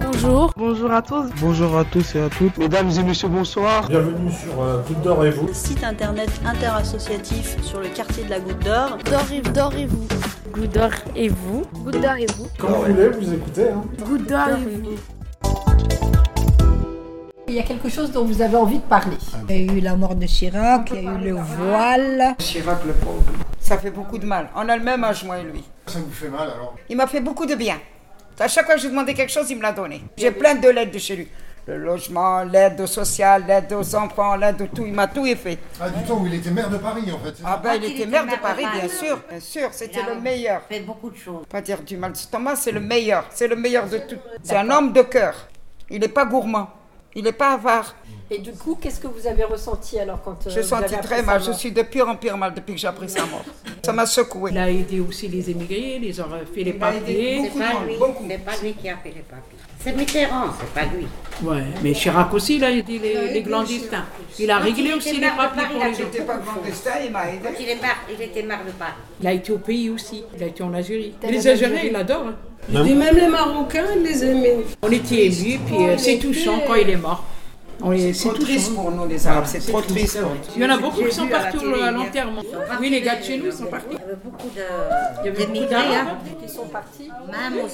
Bonjour. Bonjour à tous. Bonjour à tous et à toutes. Mesdames et messieurs, bonsoir. Bienvenue sur euh, Goutte d'Or et vous. Site internet interassociatif sur le quartier de la Goutte d'Or. D'or et, d'or et vous. Goutte d'Or et vous. Goutte d'Or et vous. Quand vous voulez, vous écoutez. Hein. Goutte d'Or et vous. Il y a quelque chose dont vous avez envie de parler. Il y a eu la mort de Chirac, il y a eu le voile. Chirac le pauvre. Ça fait beaucoup de mal. On a le même âge, moi et lui. Ça vous fait mal alors Il m'a fait beaucoup de bien. À chaque fois que je lui demandais quelque chose, il me l'a donné. J'ai plein de l'aide de chez lui. Le logement, l'aide sociale, l'aide aux enfants, l'aide de tout. Il m'a tout fait. Ah, du temps où il était maire de Paris en fait. Ah ben il, il était, était maire, maire de Paris, de bien sûr. Bien sûr, c'était le meilleur. fait beaucoup de choses. Pas dire du mal de Thomas, c'est le meilleur. C'est le meilleur de tout. C'est un homme de cœur. Il n'est pas gourmand. Il n'est pas avare. Et du coup, qu'est-ce que vous avez ressenti alors quand euh, Je sentis très mal. Je suis de pire en pire mal depuis que j'ai appris sa mort. Ça m'a secoué. Il a aidé aussi les émigrés, les ont fait les papiers. C'est pas, lui, c'est pas lui qui a fait les papiers. C'est Mitterrand, c'est pas lui. Ouais, mais Chirac aussi, il a aidé les, les, les clandestins. Il a réglé aussi les papiers pour les gens. pas clandestin, il m'a aidé. Il, est marre, il était marre de Paris. Il a été au pays aussi. Il a été en Algérie. Les Algériens, il adore. Hein. Et même les Marocains, les aimait. On était émus, puis euh, c'est touchant quand il est mort. C'est trop triste pour nous, les Arabes, c'est trop triste. Il y en a beaucoup qui sont partis à l'enterrement. Oui, les gars de chez nous, ils sont partis. Il y avait beaucoup hein. d'Arabes qui sont partis. hein. Même aux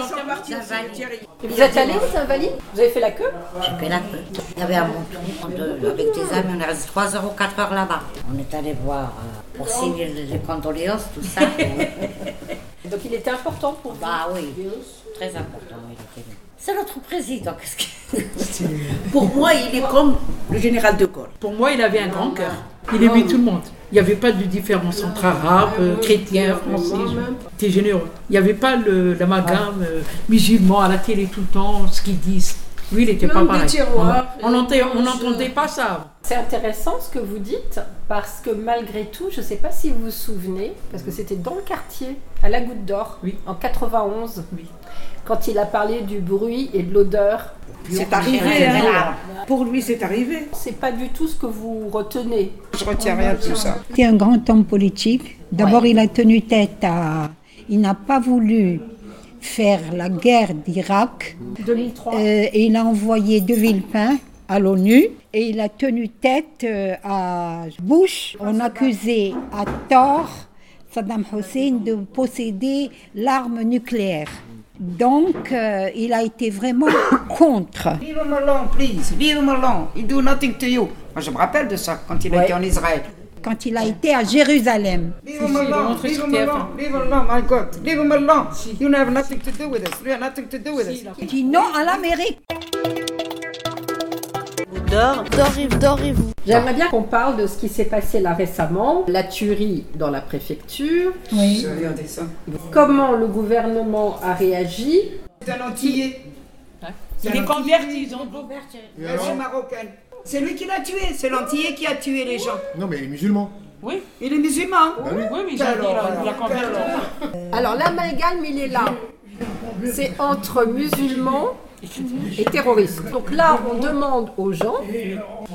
Invalides. Vous êtes allés aux Invalides Vous avez fait la queue J'ai fait la queue. Il y avait un monton avec des amis, on est resté 3 heures ou 4 heures là-bas. On est allé voir euh, pour signer les condoléances, tout ça. Donc il était important pour vous Bah oui, très important, il était c'est notre président. Que... Pour moi, il est comme le général de Gaulle. Pour moi, il avait un grand cœur. Il aimait tout le monde. Il n'y avait pas de différence entre arabes, chrétiens, français. C'était généreux. Il n'y avait pas le, l'amalgame euh, musulman à la télé tout le temps, ce qu'ils disent. Lui, il n'était pas pareil. Tiroirs, euh, on n'entendait pas ça. C'est intéressant ce que vous dites, parce que malgré tout, je ne sais pas si vous vous souvenez, parce que c'était dans le quartier, à la Goutte d'Or, oui. en 91. Oui quand il a parlé du bruit et de l'odeur. C'est arrivé, hein. Là. pour lui c'est arrivé. C'est pas du tout ce que vous retenez. Je retiens rien de tout ça. C'était un grand homme politique. D'abord ouais. il a tenu tête à... Il n'a pas voulu faire la guerre d'Irak. 2003. Euh, et il a envoyé De Villepin à l'ONU et il a tenu tête euh, à Bush. On accusait à tort Saddam Hussein de posséder l'arme nucléaire. Donc, euh, il a été vraiment contre. Leave him alone, please. Leave him alone. He do nothing to you. Moi, je me rappelle de ça quand il ouais. était en Israël. Quand il a été à Jérusalem. Leave him alone. Leave him alone. Leave him alone. My God. Leave him alone. You have nothing to do with us. You have nothing to do with us. Il dit non à l'Amérique. Dors, dors et vous. J'aimerais bien qu'on parle de ce qui s'est passé là récemment, la tuerie dans la préfecture. Oui. Comment le gouvernement a réagi C'est un Antillais. C'est des convertis, ils ont converti. marocaine. C'est lui qui l'a tué, c'est l'Antillais qui a tué les gens. Non, mais il est musulman. Oui. Il est musulman. oui, oui. oui mais il a, il a converti. Alors l'amalgame, il est là. C'est entre musulmans et terroristes. Donc là, on demande aux gens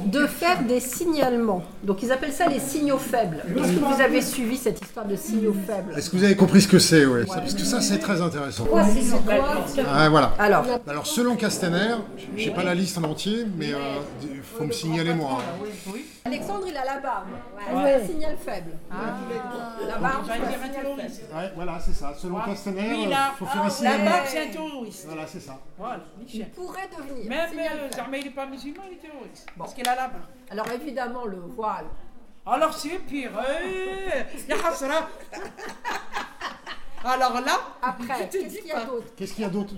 de faire des signalements. Donc ils appellent ça les signaux faibles. Est-ce que vous avez suivi cette histoire de signaux faibles Est-ce que vous avez compris ce que c'est ouais. Parce que ça, c'est très intéressant. Quoi, c'est ah, voilà. Alors, Alors selon Castaner, j'ai pas la liste en entier, mais il euh, faut me signaler moi. hein. Alexandre, il a la barbe. Ouais. Ouais. signal faible. Ah. La barbe, c'est un signal faible. Ouais, voilà, c'est ça. Selon Castaner, il faut ah, faire un signal. La barbe, c'est un terroriste. Bah, Voilà, c'est ça. Voilà, Michel. Il pourrait devenir. Même euh, Germain, il n'est pas musulman, il est terroriste. Parce qu'il a la barbe. Alors, évidemment, le voile. Alors, c'est pire. La hasra. Alors là, après, qu'est-ce qu'il y a d'autre Qu'est-ce qu'il y a d'autre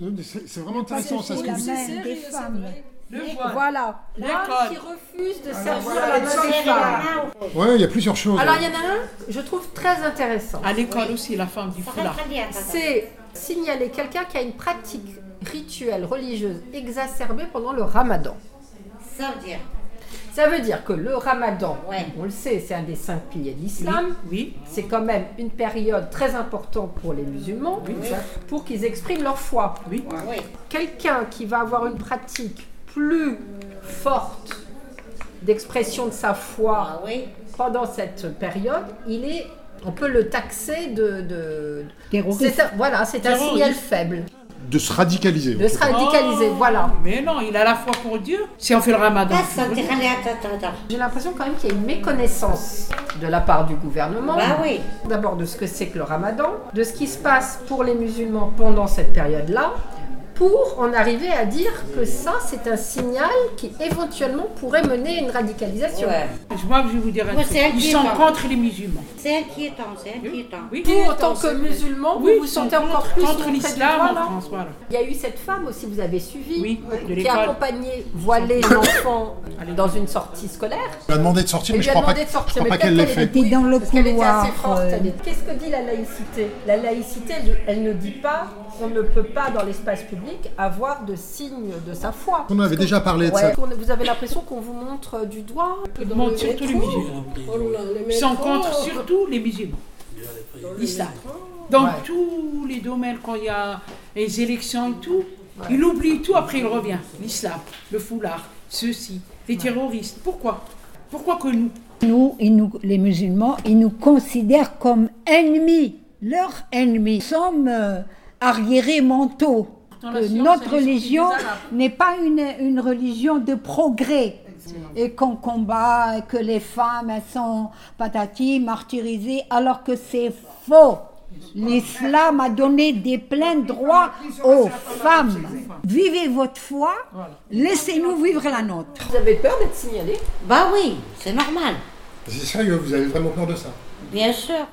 C'est vraiment intéressant ça ce que vous dites. des femmes. Le voilà, l'homme qui refuse de servir à la femme. Ouais, il y a plusieurs choses. hein. Alors il y en a un, je trouve très intéressant. À l'école oui. aussi, la femme du foulard. C'est signaler quelqu'un qui a une pratique rituelle religieuse exacerbée pendant le ramadan. Ça veut dire ça veut dire que le ramadan, ouais. on le sait, c'est un des cinq piliers de l'islam. Oui. oui. C'est quand même une période très importante pour les musulmans, oui. pour qu'ils expriment leur foi. Oui. oui. Quelqu'un qui va avoir une pratique plus forte d'expression de sa foi ah, pendant cette période, il est, on peut le taxer de, de terroriste. Un, voilà, c'est un signal faible. de se radicaliser. De se radicaliser, voilà. Oh, Mais non, il a la foi pour Dieu. Si on fait le ramadan. c'est pour Dieu. J'ai l'impression quand même qu'il y a une méconnaissance de la part du gouvernement. Bah oui. D'abord de ce que c'est que le ramadan, de ce qui se passe pour les musulmans pendant cette période-là, pour en arriver à dire que ça, c'est un signal qui éventuellement pourrait mener à une radicalisation. Moi, je vais vous dire un Ouais, truc. c'est Ils inquiétant. sont contre les musulmans. C'est inquiétant, c'est inquiétant. Oui. Vous, en tant que musulman, vous Oui, vous ils sont sentez encore contre- plus contre auprès du l'islam droit, en là France, voilà. Il y a eu cette femme aussi, vous avez suivi, Oui, euh, de qui l'école. a accompagné voilé l'enfant dans une sortie scolaire. Elle a demandé de sortir, Elle lui mais je a crois pas, demandé que- de je sortir, crois mais pas qu'elle l'ait peut-être fait. qu'elle était- Dans le parce qu'elle était assez couloir, forte, euh, elle est- Qu'est-ce que dit la laïcité La laïcité, elle, elle ne dit pas on ne peut pas dans l'espace public avoir de signes de sa foi. On en avait déjà parlé de Ouais. ça. On- Vous avez l'impression qu'on vous montre euh, du doigt Ils montrent surtout les musulmans. Ils sont contre surtout les musulmans. L'islam. Dans tous les domaines, quand il y a les élections et tout, il oublie tout, après il revient. L'islam, le foulard, ceci, les terroristes. Pourquoi Pourquoi que nous Nous, ils nous- les musulmans, ils nous considèrent comme ennemis, leurs ennemis. Nous sommes euh, arriérés mentaux. Dans la Que science, elle notre est religion sortie des Arabes. n'est pas une, une religion de progrès. Et qu'on combat, et que les femmes elles sont patati, martyrisées, alors que c'est faux. L'islam a donné des pleins droits aux femmes. Vivez votre foi, laissez-nous vivre la nôtre. Vous avez peur d'être signalé Bah oui, c'est normal, C'est sérieux, vous avez vraiment peur de ça bien sûr.